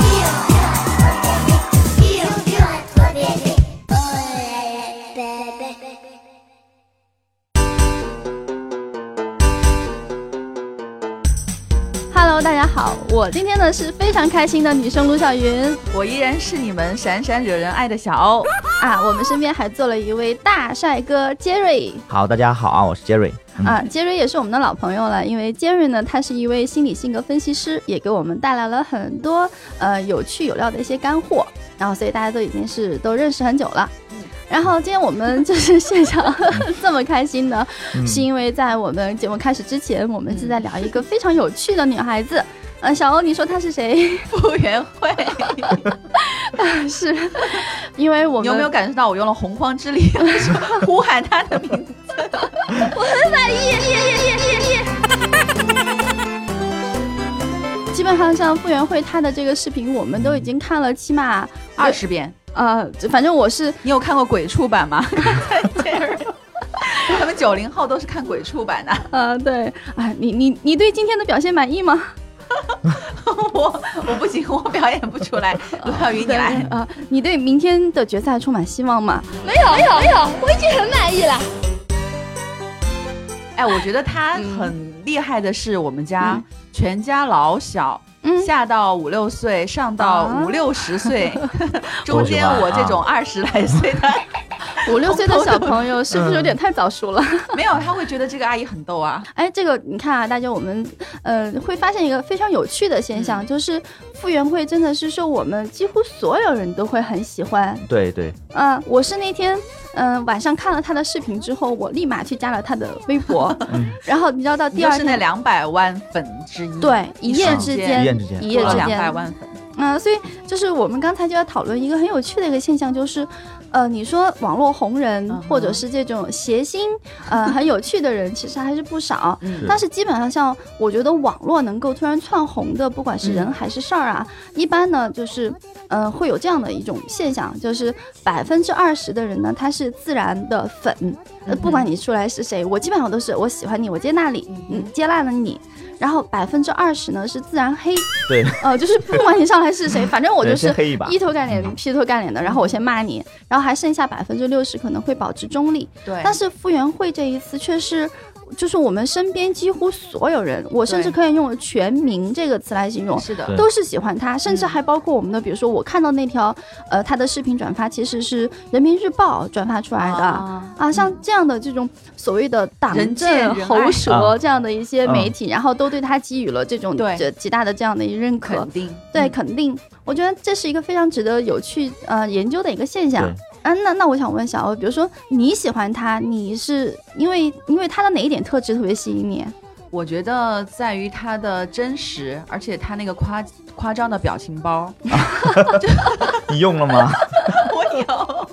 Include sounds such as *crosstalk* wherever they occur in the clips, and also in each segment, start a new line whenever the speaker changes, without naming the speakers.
Dur, dur être bébé. Oh là là, bébé.
哈喽，大家好，我今天呢是非常开心的女生卢小云
我依然是你们闪闪惹人爱的小欧。
啊，我们身边还坐了一位大帅哥杰瑞
好，大家好啊，我是杰瑞。嗯、
啊，杰瑞也是我们的老朋友了，因为杰瑞呢他是一位心理性格分析师，也给我们带来了很多呃有趣有料的一些干货，然后所以大家都已经是都认识很久了。
嗯
然后今天我们就是 *laughs* 现场这么开心呢，
嗯
是因为在我们节目开始之前，我们是
嗯
在聊一个非常有趣的女孩子。嗯，小欧，你说她是
*laughs*
谁？
傅园慧，
啊是因为我们
你有没有感受到我用了洪荒
*laughs*
之力呼喊他的名字？
基本上像傅园慧她的这个视频，我们都已经看了起码
二十遍，
呃，反正我是
你有看过鬼畜版吗？ *laughs* 他们九零后都是看鬼畜版的， *laughs*
呃对，哎，你你你对今天的表现满意吗？
我我不行，我表演不出
*laughs*
来。罗小云，你来
啊、。你对明天的决赛充满希望吗？
哎，我觉得他很厉害的是，我们家全家老小，
嗯
下到五六岁，上到
啊
五六
*laughs*
十岁，中
都喜
间
欢
我这
啊
种二十来岁的。
五六岁的小朋友是不是有点太早熟了？
没有，他会觉得这个阿姨很逗啊。
哎，这个你看啊，大家我们呃会发现一个非常有趣的现
嗯
象，就是傅园慧真的是说我们几乎所有人都会很喜欢。
对对，
嗯、我是那天嗯、晚上看了她的视频之后，我立马去加了她的微博，
嗯
然后你知道到
你
第
就
二
是那
天。
两百万粉之一，
对，一夜之间，
一夜之间啊
一
一
夜之
两
间，
百万粉，
嗯、所以就是我们刚才就在讨论一个很有趣的一个现象，就是，呃，你说网络红人、
嗯哼
或者是这种谐星，呃，很有趣的人其实还是不少。
嗯
是
但是基本上像我觉得网络能够突然窜红的，不管是人还是事儿啊，一般呢就是，呃，会有这样的一种现象，就是百分之二十的人呢，他是自然的粉，呃，不管你出来是谁，我基本上都是我喜欢你，我接纳你，嗯，接纳了你。然后百分之二十呢是自然黑，
对，
呃，就是不管你上来是谁，反正我就
人
是
先黑一嗯把
一头盖脸、劈头盖脸的，然后我先骂你，然后还剩下百分之六十可能会保持中立。
对，
但是傅园慧这一次却是，就是我们身边几乎所有人，我甚至
对
可以用“全民”这个词来形容，
是的
对，
都是喜欢他，甚
嗯
至还包括我们的，比如说我看到那条，呃，他的视频转发其实是人民日报转发出来的。
啊
啊，像这样的这种所谓的党
人见
政
人
喉
爱
舌这样的一些
嗯
媒体，然后都对他给予了这种
对
这极大的这样的一认可
肯，定嗯
对，
嗯
肯定。我觉得这是一个非常值得有趣呃研究的一个现象
对。
啊，那那我想问小欧，比如说你喜欢他，你是因为因为他的哪一点特质特别吸引你？
我觉得在于他的真实，而且他那个夸夸张的表情包，
*laughs* 你用
*laughs*
了吗？
*laughs* 我有，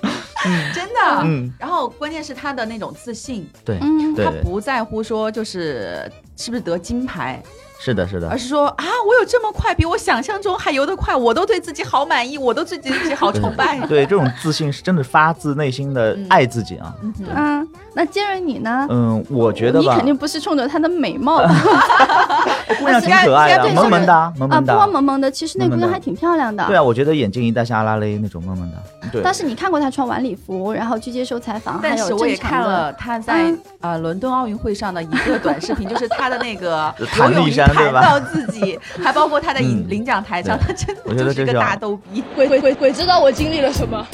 真的。
嗯，
然后关键是他的那种自信，
对
嗯，
对
他
对，
不在乎说就是是不是得金牌，
是的，是
而
的，
是说啊，我有这么快，比我想象中还游得快，我都对自己好满意，我都对自己好崇拜。
对这种自信是真的发自内心的
嗯
爱自己啊。
嗯哼
嗯，那杰瑞你呢？
嗯，我觉得
你
吧
肯，定不是冲着他的美貌吧？
*laughs* 姑娘挺可
*laughs*
爱
应该
的，
对
萌萌哒，
啊，波
萌萌
光
哒。
萌萌的，其实那姑
萌萌
娘
的
还挺漂亮的。
对啊，我觉得眼镜一戴像阿拉蕾那种萌萌哒。对，
但是你看过她穿晚礼服，然后去接受采访，还
但
有
是我
正
也
常
看
的
了他在、
嗯
呃伦敦奥运会上的一个短视频，就是他的那
*laughs*
个
弹
游泳
力
一
山对
弹
吧
到自己，还包括他的领
嗯
领奖台上，
对
他真
我觉
的就
得
是
这
一个
叫
大逗
*laughs*
逼。
鬼鬼鬼鬼知道我经历了什么。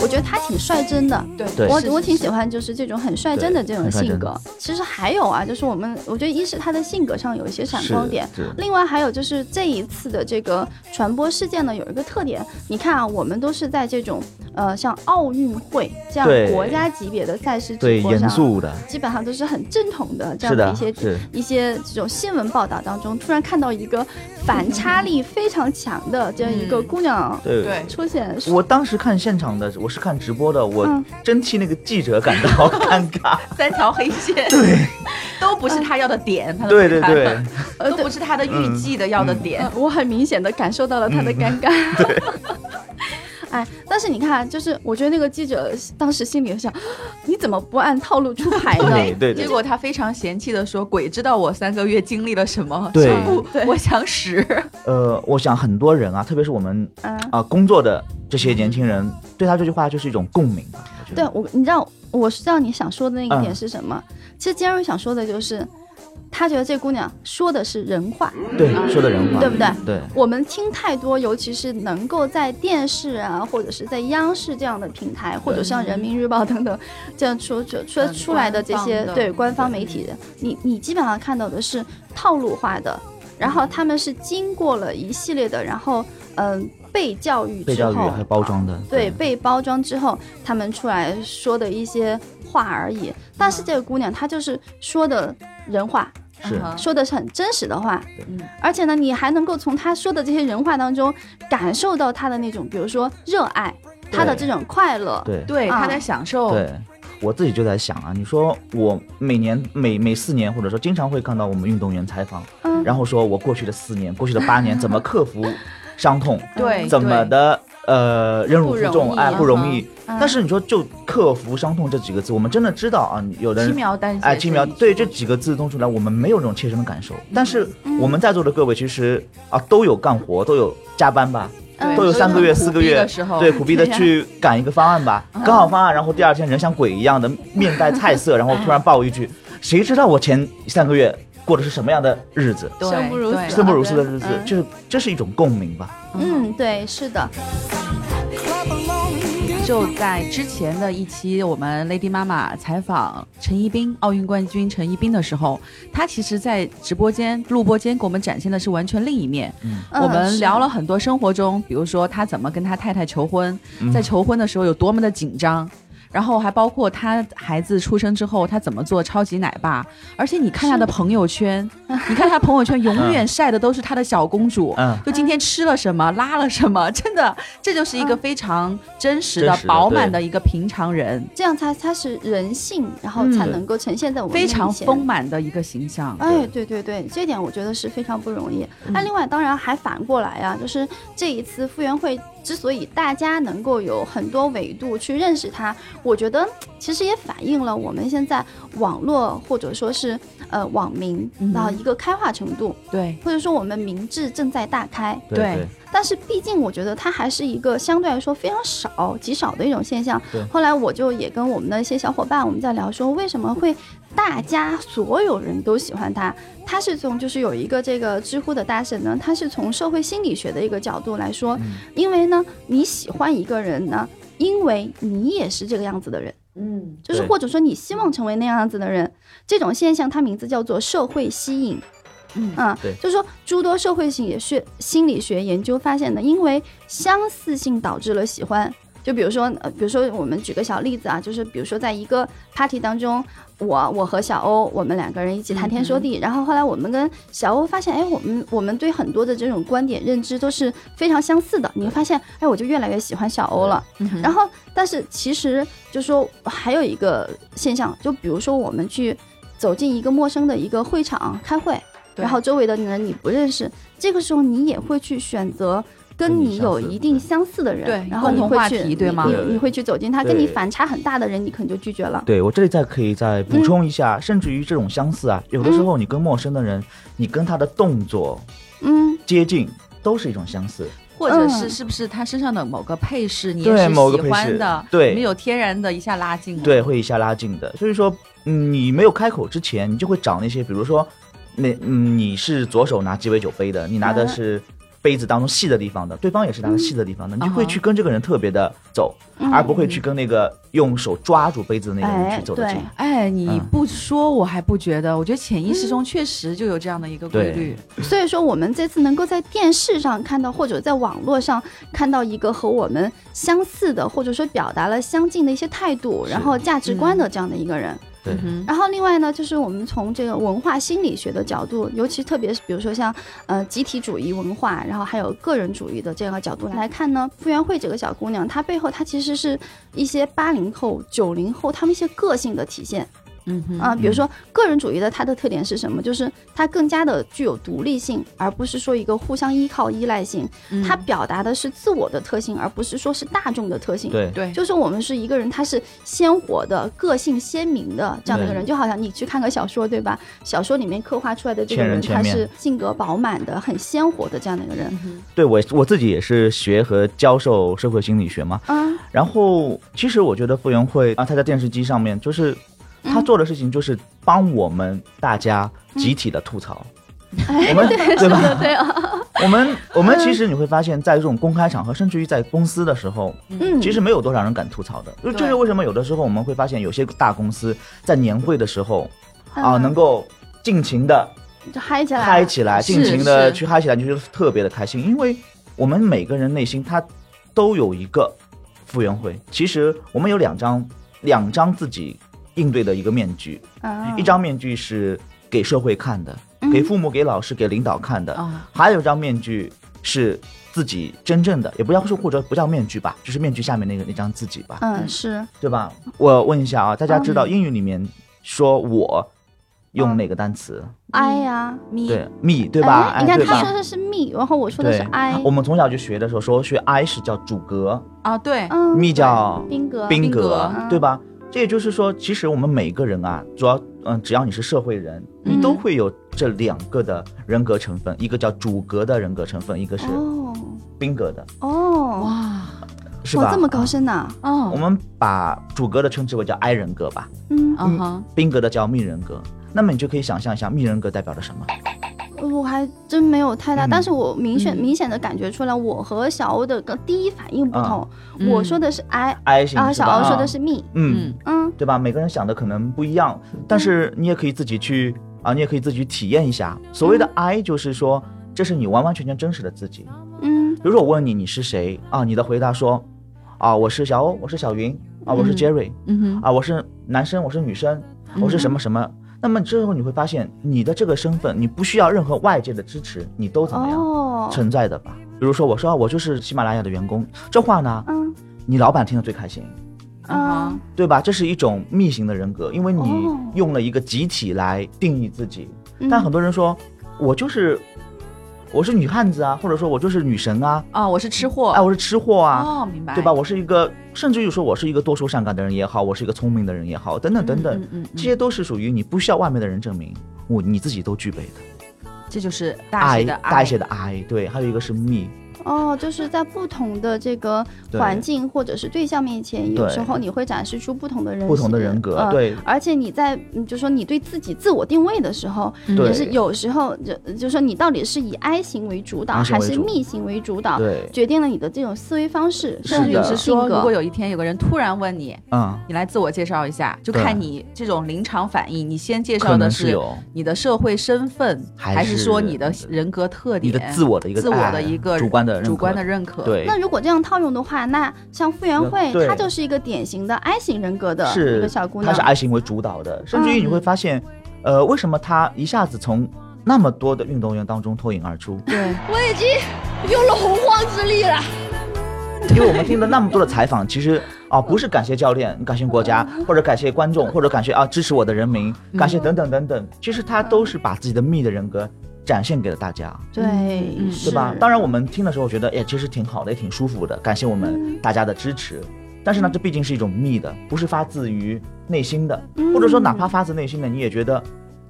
我觉得他挺率真的。
对
对
我
是
我
是
挺
是
喜欢就是这种很率真的这种
很率
性
真
格。其实还有啊，就是我们我觉得一是他的性格上有一些闪光点。嗯
是是
另外还有就是这一次的这个传播事件呢，有一个特点，你看啊，我们都是在这种呃像奥运会这样
对
国家级别的赛事直
对
播
严
上，
肃的，
基本上都是很正统的这
是
样的
的
一些，
是
一些这种新闻报道当中，突然看到一个反差力非常强的这样一个
嗯
姑娘
对。
对
出现，
我当时看现场的，我是看直播的，我
嗯
真替那个记者感到 *laughs* 尴
*laughs*
尬。
*laughs* 三条黑线，对，都不是他要的点，他的
对对
反
对
哎
嗯
叛都不是他的预计的要的点
呃，我很明显的感受到了他的尴尬。
*laughs*
哎，但是你看，就是我觉得那个记者当时心里想，你怎么不按套路出牌呢？
*laughs* 对对
结
对
果他非常嫌弃的说：“鬼知道我三个月经历了什么，
对
想不我想屎。
呃，我想很多人啊，特别是我们
嗯
啊、工作的这些年轻人，对他这句话就是一种共鸣吧。我觉
对
得，
我，你知道我知道你想说的那个点
嗯
是什么？其实尖锐想说的就是，他觉得这姑娘说的是人话，
对说的人话，
对不对？
对，
我们听太多，尤其是能够在电视啊，或者是在央视这样的平台，或者像人民日报等等这样出出出
很
出来的这些
官方的
对官方媒体，你你基本上看到的是套路化的，然后他们是经过了一系列的，然后嗯、被教育
被
之
教育
后，
还有包装的，
对被包装之后，他们出来说的一些话而已。但是这个姑娘她就是说的人话，
是
嗯哼
说的是很真实的话
对
嗯，
而且呢，你还能够从他说的这些人话当中感受到他的那种，比如说热爱，他的这种快乐，
对
*laughs* 对，
啊
他在享受，
对，我自己就在想啊，你说我每年每每四年，或者说经常会看到我们运动员采访，
嗯
然后说我过去的四年、过去的八
*laughs*
年怎么克服伤痛，
对
怎么的呃忍辱
哎不
负
容
重，
易
哎
嗯
不容易。
嗯
但是你说就克服伤痛这几个字，我们真的知道啊，有的
轻
人
描淡写这一句，
哎，轻描对这几个字弄出来，我们没有这种切身的感受。但是我们在座的各位其实啊，都有干活，都有加班吧，
嗯
都有
所以
三个月、
苦逼
四个月
的时候
对，苦逼的
对呀
去赶一个方案吧，刚好方案，然后第二天人像鬼一样的面带菜色，然后突然爆一句：“谁知道我前三个月过的是什么样的日子？”
对
生不如
对
死
生不如死的日子
嗯，
这这是一种共鸣吧？
嗯，对，是的，
就在之前的一期，我们 Lady 妈妈采访陈一冰，奥运冠军陈一冰的时候，她其实，在直播间、录播间给我们展现的是完全另一面。
嗯
我们
是
聊了很多生活中，比如说她怎么跟她太太求婚，
嗯
在求婚的时候有多么的紧张。然后还包括她孩子出生之后，她怎么做超级奶爸，而且你看她的朋友圈，你看她朋友圈永远晒的都是她的小公主，
嗯
就今天吃了什么，拉了什么， *laughs* 真的，这就是一个非常真实的
真、实的
饱满
对
的一个平常人，
这样才它是人性，然后才
嗯
能够呈现在我们
非常
面前
丰满的一个形象。
哎，对对对，这点我觉得是非常不容易。那、另外，当然还反过来啊，就是这一次傅园慧之所以大家能够有很多维度去认识她，我觉得其实也反映了我们现在网络或者说是呃网民
嗯
到一个开化程度，
对，
或者说我们民智正在大开。
对
对
但是毕竟我觉得它还是一个相对来说非常少、极少的一种现象
对。
后来我就也跟我们的一些小伙伴我们在聊说，为什么会大家所有人都喜欢它？它是从就是有一个这个知乎的大神呢，他是从社会心理学的一个角度来说，
嗯
因为呢你喜欢一个人呢，因为你也是这个样子的人。
嗯，
就是
对
或者说你希望成为那样子的人，这种现象它名字叫做社会吸引。啊
嗯
对
就是说诸多社会性也是心理学研究发现的，因为相似性导致了喜欢。就比如说，呃，比如说我们举个小例子啊，就是比如说在一个 party 当中，我我和小欧我们两个人一起谈
嗯
天说地，然后后来我们跟小欧发现，哎，我们我们对很多的这种观点认知都是非常相似的，你会发现，哎，我就越来越喜欢小欧了。
嗯
嗯
然后，但是其实就说还有一个现象，就比如说我们去走进一个陌生的一个会场开会，
对嗯
然后周围的人你不认识，这个时候你也会去选择跟
跟你
你有
相似
一定相似的人，
对
然后
共
你
同
会
话
去
题对
你
吗
你你会去走进他，跟
对
你反差很大的人，你可能就拒绝了。
对我这里再可以再补充一下，甚至于这种相似啊，有的时候你跟陌生的人，你跟他的动作
嗯，
接近，都是一种相似。
或者是
嗯
是不是他身上的某个配饰你也
对
是
某个
喜欢的
配饰，对
你们有天然的一下拉
嗯
近了，
对，会一下拉近的。所以说，嗯，你没有开口之前，你就会找那些，比如说，那嗯，你是左手拿鸡尾酒杯的，你拿
嗯
的是杯子当中细的地方的，对方也是拿的细的地
嗯
方的，你就会去跟这个人特别的走，而不会去跟那个用手抓住杯子的那个人
哎
去走得
对
近。
哎，你
嗯
不说我还不觉得，我觉得潜意识中确实就有这样的一个规
对
律。
所以说我们这次能够在电视上看到，或者在网络上看到一个和我们相似的，或者说表达了相近的一些态度，然后价值观的这样的一个人，
对，
嗯
然后另外呢，就是我们从这个文化心理学的角度，尤其特别是比如说像呃集体主义文化，然后还有个人主义的这个角度来看呢，傅园慧这个小姑娘，她背后她其实是一些八零后、九零后他们一些个性的体现。
嗯哼
啊，比如说个人主义的它的特点是什么？就是它更加的具有独立性，而不是说一个互相依靠、依赖性。
嗯
它表达的是自我的特性，而不是说是大众的特性。
对，
对，
就是我们是一个人，他是鲜活的、个性鲜明的这样的一个人，就好像你去看个小说，对吧？小说里面刻画出来的这个
千人
人，
千
他
面嗯
是性格饱满的、很鲜活的这样的一个人。
对我我自己也是学和教授社会心理学嘛，
嗯，
然后其实我觉得傅园慧啊，她在电视机上面就是。
嗯
她做的事情就是帮我们大家集体的吐槽，
哎，
我
*laughs*
们
对，
对
是
吧
的，
*laughs*
对啊，
我们我们其实你会发现，在这种公开场合，甚至于在公司的时候，
嗯，
其实没有多少人敢吐槽的。就这是为什么有的时候我们会发现，有些大公司在年会的时候啊，
嗯
能够尽情的
就嗨起来，
嗨起来，
是
尽情的
是
去嗨起来，你就觉得特别的开心，因为我们每个人内心他都有一个傅园慧。其实我们有两张两张自己应对的一个面具，
啊，
一张面具是给社会看的，
嗯
给父母、给老师、给领导看
哦
的，
啊，
还有一张面具是自己真正的，也不要说或者不叫面具吧，就是面具下面那个那张自己吧，
嗯，是
对吧？我问一下啊，大家知道英语里面说我用
嗯
哪个单词？
I 哎呀，
咪
对，me 对吧？
哎你看
对
他
吧
说的是 me，然后我说的是 I，
啊我们从小就学的时候说学 I 是叫主格
啊，对，
嗯，
，me 叫
呃宾格，
宾
宾格
格，对吧？这也就是说，其实我们每个人啊，主要嗯，只要你是社会人，你都
嗯
会有这两个的人格成分，一个叫主格的人格成分，一个是
哦
宾格的，
哦，
哇，
是吧？
哇，这么高
啊
深呐，
我
哦，
们把主格的称之为叫 I 人格吧，
嗯，
啊哈，
宾格的叫密人格。那么你就可以想象一下，密人格代表着什么？
我还真没有太大，
嗯
但是我明显、
嗯
明显的感觉出来，我和小欧的个第一反应不同。
嗯
我说的是 I，
I 型
然后
是吧
小欧说
啊
的是 me。
嗯，
嗯
嗯
对吧？每个人想的可能不一样，但是你也可以自己去啊，你也可以自己体验一下。所谓的 I 就是说，这是你完完全全真实的自己。比
嗯
如说我问你你是谁啊，你的回答说啊我是小欧，我是小云啊，我是
嗯
Jerry
嗯哼，
啊，我是男生，我是女生，我是什么什么。那么之后你会发现，你的这个身份，你不需要任何外界的支持，你都怎么样、
哦，
存在的吧？比如说我说啊我就是喜马拉雅的员工，这话呢，
嗯
你老板听得最开心。
啊
啊
哈，
对吧？这是一种密型的人格，因为你
哦
用了一个集体来定义自己。
嗯
但很多人说，我就是我是女汉子啊，或者说我就是女神啊，
啊，我是吃货，
哎，我是吃货啊，
哦，明白，
对吧？？我是一个，甚至于说我是一个多愁善感的人也好，我是一个聪明的人也好，等等等等，
嗯嗯嗯
这些都是属于你不需要外面的人证明。我你自己都具备的
这就是大
，I
写的
大写的 I，对，还有一个是 me，
哦，就是在不同的这个
对
环境或者是对象面前，有
对
时候你会展示出不同的人
不同的
性
人格
嗯
呃
对
而且你在嗯就说你对自己自我定位的时候，
对
嗯
也是有时候就就说你到底是以 I 型为主导
I 型
还
为
是
主
me 型为主导，
对
决定了你的这种思维方式，
是
甚至
的
于
是
是性
说，如果
格。
有一天有个人突然问你，
嗯，
你来自我介绍一下，就
对
看你这种临场反应，你先介
可
绍的
能是
是
有
你的社会身份，
还
还是说
是
你的人格特
你
点、
的自我的一个
自我
哎
的一个
主观的认
主
可
观的认可？，
对，
那如果这样套用的话，那像傅园慧，
对
她就是一个典型的 I 型人格的
是
一个小姑
她
娘。嗯
是 I 型为主导的，甚至于你会发现，呃，为什么她一下子从那么多的运动员当中脱颖而出？
我已经用了洪荒之力了。
因为我们听了那么多的采访，其实啊，不是感谢教练，感谢国家，
嗯
或者感谢观众，或者感谢啊支持我的人民，感谢等等等等，其实她都是把自己的密的人格展现给了大家。
对，
嗯
对
是
吧？当然，我们听的时候觉得，哎，其实挺好的，也挺舒服的，感谢我
嗯
们大家的支持。但是呢，这毕竟是一种密的，不是发自于内心的，
嗯
或者说哪怕发自内心的，你也觉得，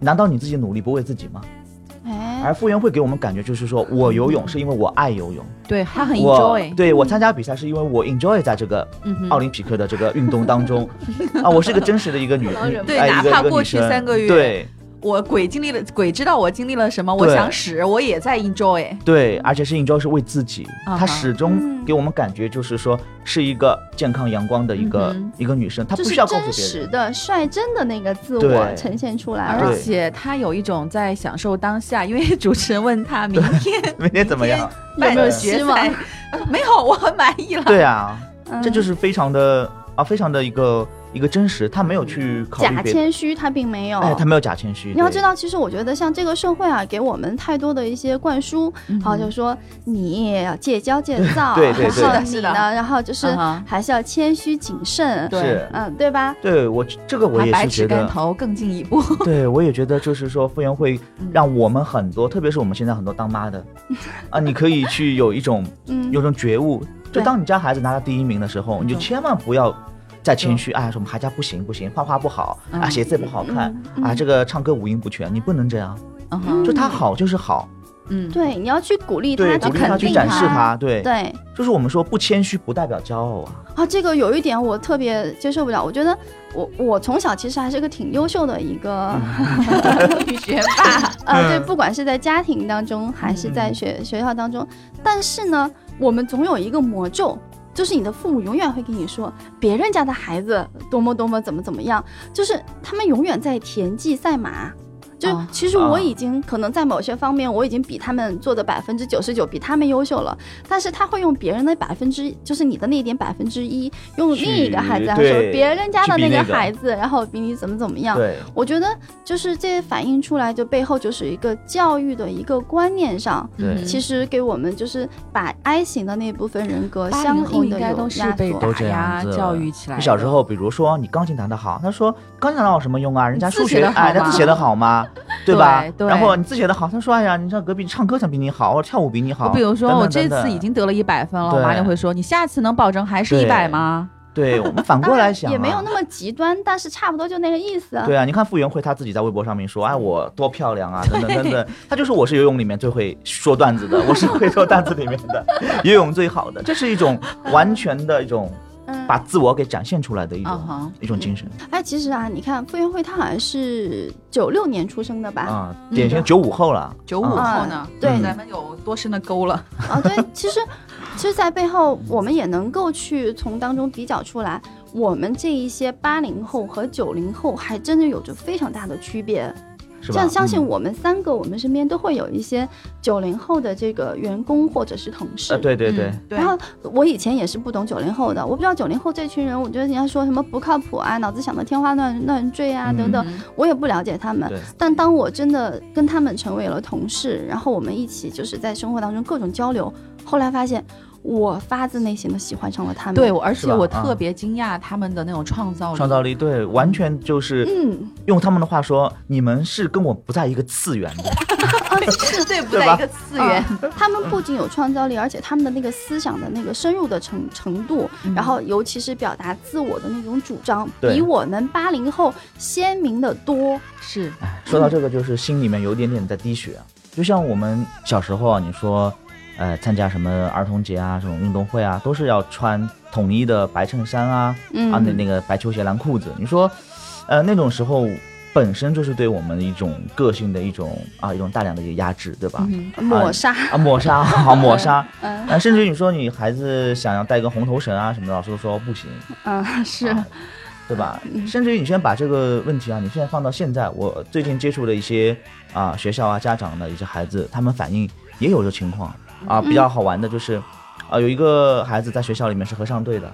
难道你自己努力不为自己吗？
哎，
而傅园慧给我们感觉就是说，我游泳是因为我爱游泳，
对他很
我
enjoy，，
对我参加比赛是因为我 enjoy 在这个
嗯哼
奥林匹克的这个运动当中，啊，我是个真实的一个女，女
对
哎
哪
一个
怕
一个女
过去
生
三个月
对
我鬼经历了，鬼知道我经历了什么，我
对
想使，我也在 enjoy，
对，而且是 enjoy 是为自己，
啊
她
哈
始
嗯
终给我们感觉就是说是一个健康阳光的一个、
嗯哼
一个女生，她
就
不
是
需要告诉
真
别
实
人。
的、率真的那个自我
对
呈现出来
而
了
对。
且他有一种在享受当下，因为主持人问他明天
明天怎么样？
*laughs* 办
有没有
决
希望
赛，他说没有，我很满意了。
对啊，
嗯
这就是非常的啊，非常的一个一个真实，他没有去考虑
嗯假
别
谦虚他并没有。
哎，他没有假谦虚。
你要
对
知，道，其实我觉得像这个社会啊，给我们太多的一些灌输，好、就说你也要戒骄戒躁，
嗯对对对
然后
是的
你
是
呢，
的
然后就是
嗯哼
还是要谦虚谨慎，
对
是，
嗯，对吧？
对我这个我
还
也
百
是
尺
觉
竿
得，
头更进一步。 *laughs*
对我也觉得就是说，傅园会
嗯
让我们很多，特别是我们现在很多当妈
*laughs*
的啊，你可以去有一种
嗯
有，种觉悟，就
对
当你家孩子拿到第一名的时候，你就
嗯
千万不要。再谦虚，哎，什么孩家不行不行，画画不好啊，
嗯
写字也不好看
嗯
啊，
嗯
这个唱歌五音不全，你不能这样。
嗯哼
就他好就是好，
嗯，
对，你要去鼓励他，
对，
去
鼓励
肯
他去
定
展示他，对，
对。
就是我们说不谦虚不代表骄傲啊，
啊，这个有一点我特别接受不了。我觉得我我从小其实还是个挺优秀的一个， *laughs*
女学霸，
呃，对，不管是在家庭当中还是在学、学校当中，但是呢，我们总有一个魔咒。就是你的父母永远会跟你说别人家的孩子多么多么怎么怎么样，就是他们永远在田忌赛马。就
哦
其实我
哦
已经可能在某些方面我已经比他们做的百分之九十九比他们优秀了，但是他会用别人的百分之，就是你的那一点百分之一，用另一个孩子来说
对
别人家的
去比
那个
那个
孩子，然后比你怎么怎么
嗯
样。
对，
我觉得就是这反映出来，就背后就是一个教育的一个观念上，
对
其实给我们就是把 I 型的那部分人格
八
相
零后
应
应
的
该
有
都是
压
被
缩。
都
打
这样
压
子
教育起来
你
的。
小时候，比如说你钢琴弹得好，他说钢琴弹得好有什么用啊？人家
字
数
写
学
得好
哎，人家字
吗
写得好
*laughs*
吗？对吧？
对对
然后你字写得好，他说哎呀，你上隔壁唱歌想比你好，或者跳舞比你
我
好。
比如说
等
我
等
这
等
次
等
已经得了一百分了，我妈
对
就会说：“你下次能保证还是一
对
百吗
对我们反过来
*laughs*
想、啊，
也没有那么极端，但是差不多就那个意思。
嗯
对啊，你看傅园慧她自己在微博上面说，哎，我多漂亮啊，
*laughs*
等等等等，她就是我是游泳里面最会说段子的，我是会说段子里面的，
嗯
游泳最好的，这是一种完全的一种
嗯，
把自我给展现出来的一种、
嗯哼
一种精神
哎，其实啊，你看傅园慧她好像是九六年出生的吧？
啊、
嗯
典型九五后了，？”
九五
啊
后呢？
对
嗯咱们有多深的沟了？
啊，对，其实，其实，在背后我们也能够去从当中比较出来，我们这一些八零后和九零后还真的有着非常大的区别。
是吧？
像相信
嗯
我们三个，我们身边都会有一些九零后的这个员工或者是同事。
呃，对对对，
嗯对
然后我以前也是不懂九零后的，我不知道九零后这群人，我觉得人家说什么不靠谱啊，脑子想的天花乱乱坠啊
嗯
等等，
嗯
我也不了解他们。
对，
但当我真的跟他们成为了同事，然后我们一起就是在生活当中各种交流，后来发现我发自内心的喜欢上了他们。
对，我而
是
且
吧
我
啊
特别惊讶他们的那种创造力，
创造力对，完全就是、
嗯，
用他们的话说，你们是跟我不在一个次元的，
对不
对
在
吧
一个次元。
啊他们不仅有创造力，而且他们的那个思想的那个深入的程程度，然后尤其是表达自我的那种主张，
嗯对
比我们八零后鲜明的多。
是， *laughs*
哎，说到这个，就是心里面有一点点在滴血。啊就像我们小时候啊，你说，呃，参加什么儿童节啊，这种运动会啊，都是要穿统一的白衬衫啊，
嗯
啊，那那个白球鞋、蓝裤子。你说，呃，那种时候本身就是对我们的一种个性的一种啊，一种大量的一个压制，对吧？
嗯
抹杀，
啊，抹杀， *laughs* 好抹杀。
*laughs* 嗯
呃，甚至你说你孩子想要戴个红头绳啊什么的，老师都说不行。
嗯， *laughs* 是，
啊对吧？甚至于你现在把这个问题啊，你现在放到现在，我最近接触的一些啊学校啊家长的一些孩子，他们反映也有这情况啊。
嗯
比较好玩的就是，啊有一个孩子在学校里面是合唱队的，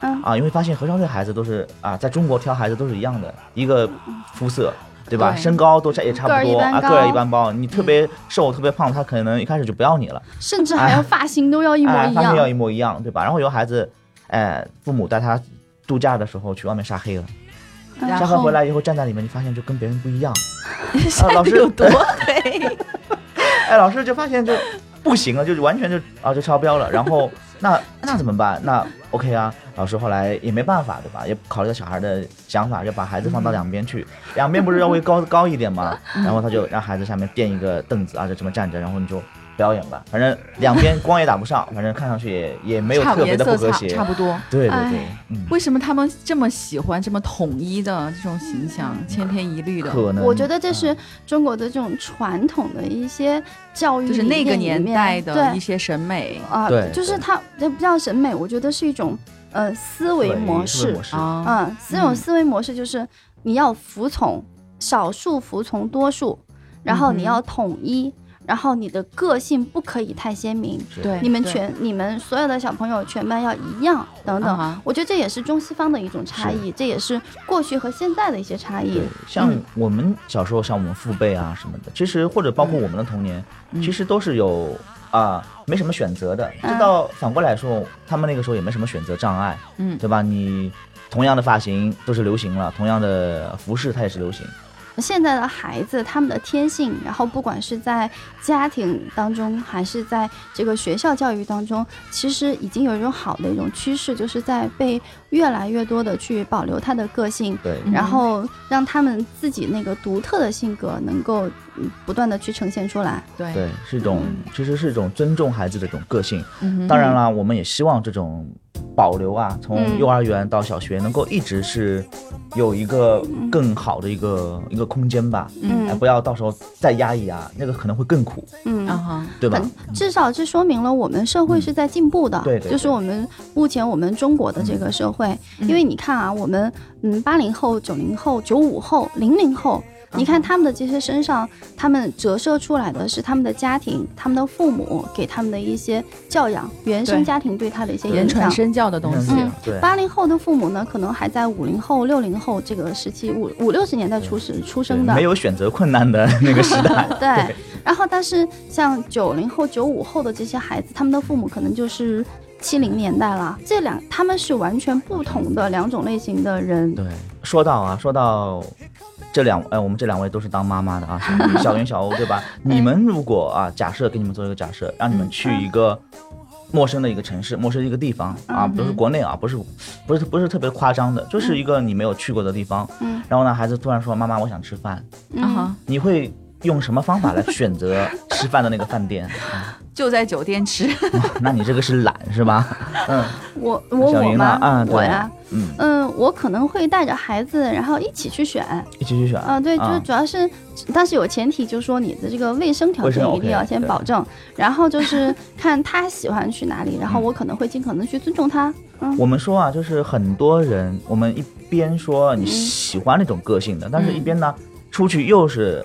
嗯
啊，你会发现合唱队孩子都是啊，在中国挑孩子都是一样的，一个肤色。对吧？
对
身高都差也差
个儿
不
一
多
般
啊，
高嗯
个儿一般高。你特别瘦、特别胖，他可能一开始就不要你了。
甚至还要发啊型都要一模
哎，
一
他们要
样。
一模一样，对吧？然后有孩子，哎，父母带他度假的时候去外面晒黑了，
然
下课
后
回来以后站在里面，你发现就跟别人不
*laughs*
一样。啊
晒
老
得
师
有
*laughs*
多黑？
哎，老师就发现就不行了，就是完全就啊就超标了。然后那那怎么办？那 OK 啊，老师后来也没办法，对吧？也考虑到小孩的想法，就把孩子放到两边
嗯
去，两边不是稍微
*laughs*
高高一点嘛？然后他就让孩子下面垫一个凳子啊，就这么站着，然后你就。表演了，反正两边光也打不上，反正看上去也也没有
差
特
不
别
颜
的不
色
和
差
谐，
差不多。
对对对
哎，
嗯，
为什么他们这么喜欢这么统一的这种形象，千篇一律的？
可能
我觉得这是中国的这种传统的一些教育
嗯就是
理
那个
念里
年
面
代
对
的一些审美
啊、
对
就是
对
它这不叫审美，我觉得是一种呃思维模式。
啊，
嗯，这种
嗯
思维模式就是
嗯
你要服从少数，服从多数，然后你要统一。然后你的个性不可以太鲜明，
是
对
你们
对
全你们所有的小朋友全班要一样嗯等
啊
等。
哈
我觉得这也是中西方的一种差异，这也是过去和现在的一些差异
对。，像
嗯
我们小时候，像我们父辈啊什么的，其实或者包括我们的童年，其实都是有啊、没什么选择的。
嗯
这到反过来说，他们那个时候也没什么选择障碍，
嗯
对吧？你同样的发型都是流行了，同样的服饰它也是流行，
现在的孩子他们的天性，然后不管是在家庭当中，还是在这个学校教育当中，其实已经有一种好的一种趋势，就是在被越来越多的去保留他的个性。
对。
嗯
然后让他们自己那个独特的性格能够嗯不断的去呈现出来。
对
对，是一种，
嗯
其实是一种尊重孩子的一种个性。
嗯哼
当然啦，我们也希望这种保留啊，从
嗯
幼儿园到小学，能够一直是有一个
嗯
更好的一个一个空间吧。
嗯
哎，不要到时候再压抑啊，那个可能会更苦，
嗯
啊哈，
对吧？嗯
很，至少这说明了我们社会是在进步的。
对对对嗯
就是我们目前我们中国的这个社会，
嗯
因为你看啊，我们嗯八零后、九零后、九五后、零零后。
嗯
你看他们的这些身上，他们折射出来的是他们的家庭、他们的父母给他们的一些教养，原生
对
家庭对他的一些
言
影响
传。身教的东西，
嗯对，
八零后的父母呢，可能还在五零后、六零后这个时期，五五六十年代出生出生的，
没有选择困难的那个时
*laughs*
代，
对，然后但是像九零后、九五后的这些孩子，他们的父母可能就是七零年代了，这两他们是完全不同的两种类型的人。
对， *laughs* 说到啊，说到这两，哎，我们这两位都是当妈妈的啊，小小云、小欧，
*laughs*
对吧？你们如果啊，假设给你们做一个假设，让你
嗯
们去一个陌生的一个城市、陌生的一个地方啊，
嗯
不是国内啊，不是不是不是特别夸张的，就是一个你没有去过的地方。
嗯
然后呢，孩子突然说：“妈妈，我想吃饭。
啊哈，”
你会用什么方法来选择吃饭的那个饭店？
就在酒店吃，
那你这个是懒是吧？嗯，
我我
小
我
云呢？
吗？
啊，对
我呀，，
嗯，
嗯，我可能会带着孩子，然后一起去选。
*laughs* 一起去选。
啊，对，就是
啊
主要是，但是有前提，就是说你的这个卫生条
卫
件
生
一定
OK，
要先
对
保证，然后就是看他喜欢去哪里，然后
嗯
我可能会尽可能去尊重他。
我们说啊，就是很多人，我们一边说
嗯
你喜欢那种个性的，但是一边呢，出去又是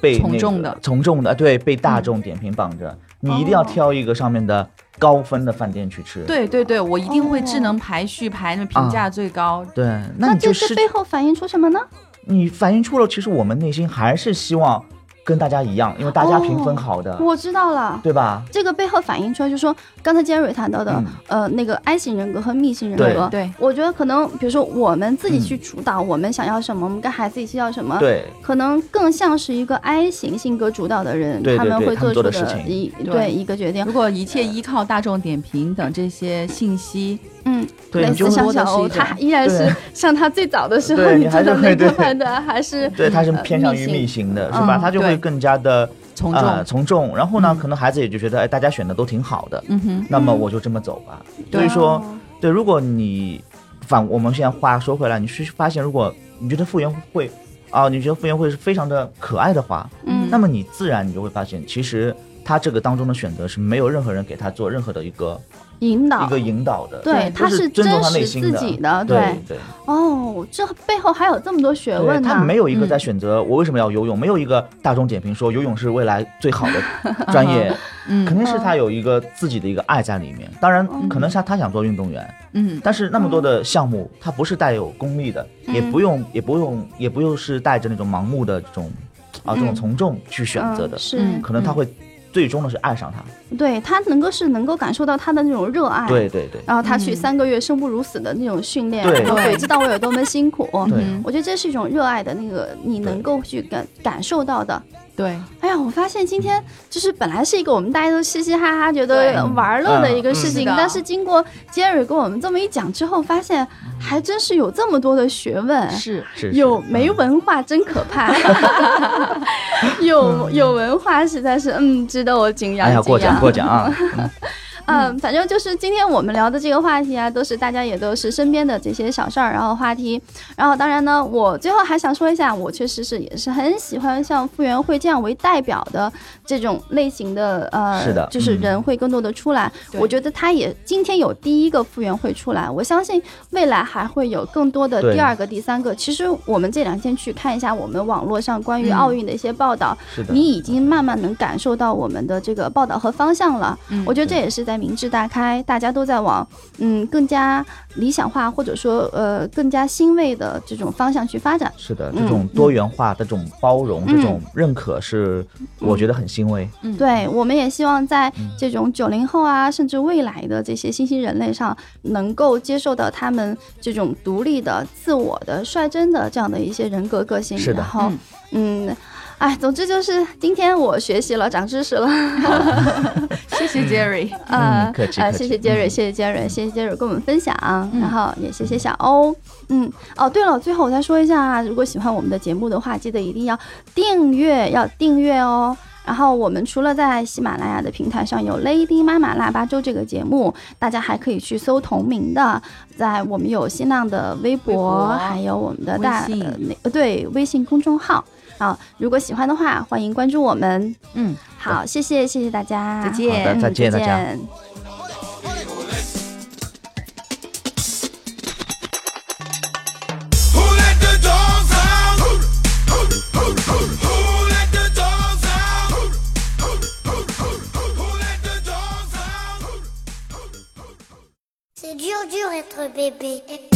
被、那个
从众的
从众的，啊对，被大
嗯
众点评绑着，你一定要
哦
挑一个上面的高分的饭店去吃。
*laughs* 对对对，我一定会智
哦
能排序排那评
啊
价最高，
对，那
那
你就
这
是
这背后反映出什么呢？
你反映出了，其实我们内心还是希望跟大家一样，因为大
哦
家评分好的，
我知道了，
对吧？
这个背后反映出来，就是说刚才杰瑞谈到的，
嗯
呃，那个 I 型人格和 M 型人格。
对对
我觉得可能，比如说我们自己去主导我们想要什么，我们跟孩子一起要什么，，
对，
可能更像是一个 I 型性格主导的人，
对对
们
对
会
他们
出
做
的
的事情
一
对
对一个决定
如。果一切依靠大众点评等这些信息，
嗯，
对，
类
你就
似
会
像
多的
小欧，
是一种
他依然
对
是 *laughs* 像他最早的时候，
对
你
你
做
还是
的那
会
个
对
判断还是
*laughs* 对，他是
呃
偏向
逆
于
行
密型的，是吧？
嗯
他就会
对
更加的
从众，
啊从众，然后呢，可能孩子也就觉得，哎，大家选的都挺好的，
嗯哼，
那么我就这么走吧。所以
对
说
哦，
对，如果你反，我们现在话说回来，你去发现，如果你觉得傅园慧啊，你觉得傅园慧是非常的可爱的话，
嗯
那么你自然你就会发现，其实他这个当中的选择是没有任何人给他做任何的一个
引导
一个引导的，
对
都
他
是
是
尊重
真
他内
实
心
自己的
对对。
哦，这背后还有这么多学
对
问呢。
他没有一个在选择我为什么要游泳，没有一个大众点评说游泳是未来最好的专业，肯
嗯
定是他有一个自己的一个爱在里面。当然，
嗯
可能是他他想做运动员，
嗯，
但是那么多的项目，它不是带有功利的，
嗯
也不用也不用也不用是带着那种盲目的这种啊这种从众去选择的
嗯、，是、
嗯
可能他会最终的是爱上他。
对他能够是能够感受到他的那种热爱，
对对对
然后他
嗯
去三个月生不如死的那种训练，
对
然后鬼知道我有多么辛苦。
对，
嗯
我觉得这是一种热爱的那个你能够去感感受到的。
对，
哎呀，我发现今天就是本来是一个我们大家都嘻嘻哈哈觉
对
嗯
得玩乐的一个事情，
嗯嗯是的
但是经过 Jerry 跟我们这么一讲之后，发现还真是有这么多的学问。
是，
是
有
是
没
嗯
文化真可
*laughs*
怕，有有文化实在是嗯，值得我敬仰。
哎呀，过
敬仰 *laughs*
奖过奖啊！
嗯，反正就是今天我们聊的这个话题啊，都是大家也都是身边的这些小事儿，然后话题，然后当然呢，我最后还想说一下，我确实是也是很喜欢像傅园慧这样为代表的这种类型的呃，
是的
就是
嗯
人会更多的出来。
对
我觉得他也今天有第一个傅园慧出来，我相信未来还会有更多的
对
第二个、第三个。其实我们这两天去看一下我们网络上关于
嗯
奥运的一些报道，
是的，
你已经慢慢能感受到我们的这个报道和方向了。
嗯
我觉得这也是在明智大开，大家都在往嗯更加理想化或者说呃更加欣慰的这种方向去发展。
是的，
嗯
这种多元化、这种包容、
嗯
这种认可是，我觉得很欣慰。
嗯
对，我们也希望在这
嗯
种九零后啊，甚至未来的这些新兴人类上，能够接受到他们这种独立的、自我的、率真的这样的一些人格个性。
是的
然后，嗯，哎，总之就是今天我学习了，长知识了。
谢谢 Jerry，
呃
嗯客气
呃，
客
谢
气
谢杰瑞，
嗯
谢谢杰瑞，谢谢杰瑞跟我们分享，然后也谢谢小欧。嗯，哦，对了，最后我再说一下啊，如果喜欢我们的节目的话，记得一定要订阅，要订阅哦。然后我们除了在喜马拉雅的平台上有《Lady 妈妈腊八粥》这个节目，大家还可以去搜同名的，在我们有新浪的微博，
微博
还有我们的大
微信
呃那呃对微信公众号啊。如果喜欢的话，欢迎关注我们。
嗯，
好，谢谢谢谢大家，
再见
好的再
嗯
见大家
Who let the dogs out? Who, who, who, who, who let the dogs out? Who, who, who, who, who, who let the dogs out?
C'est dur, dur être bébé.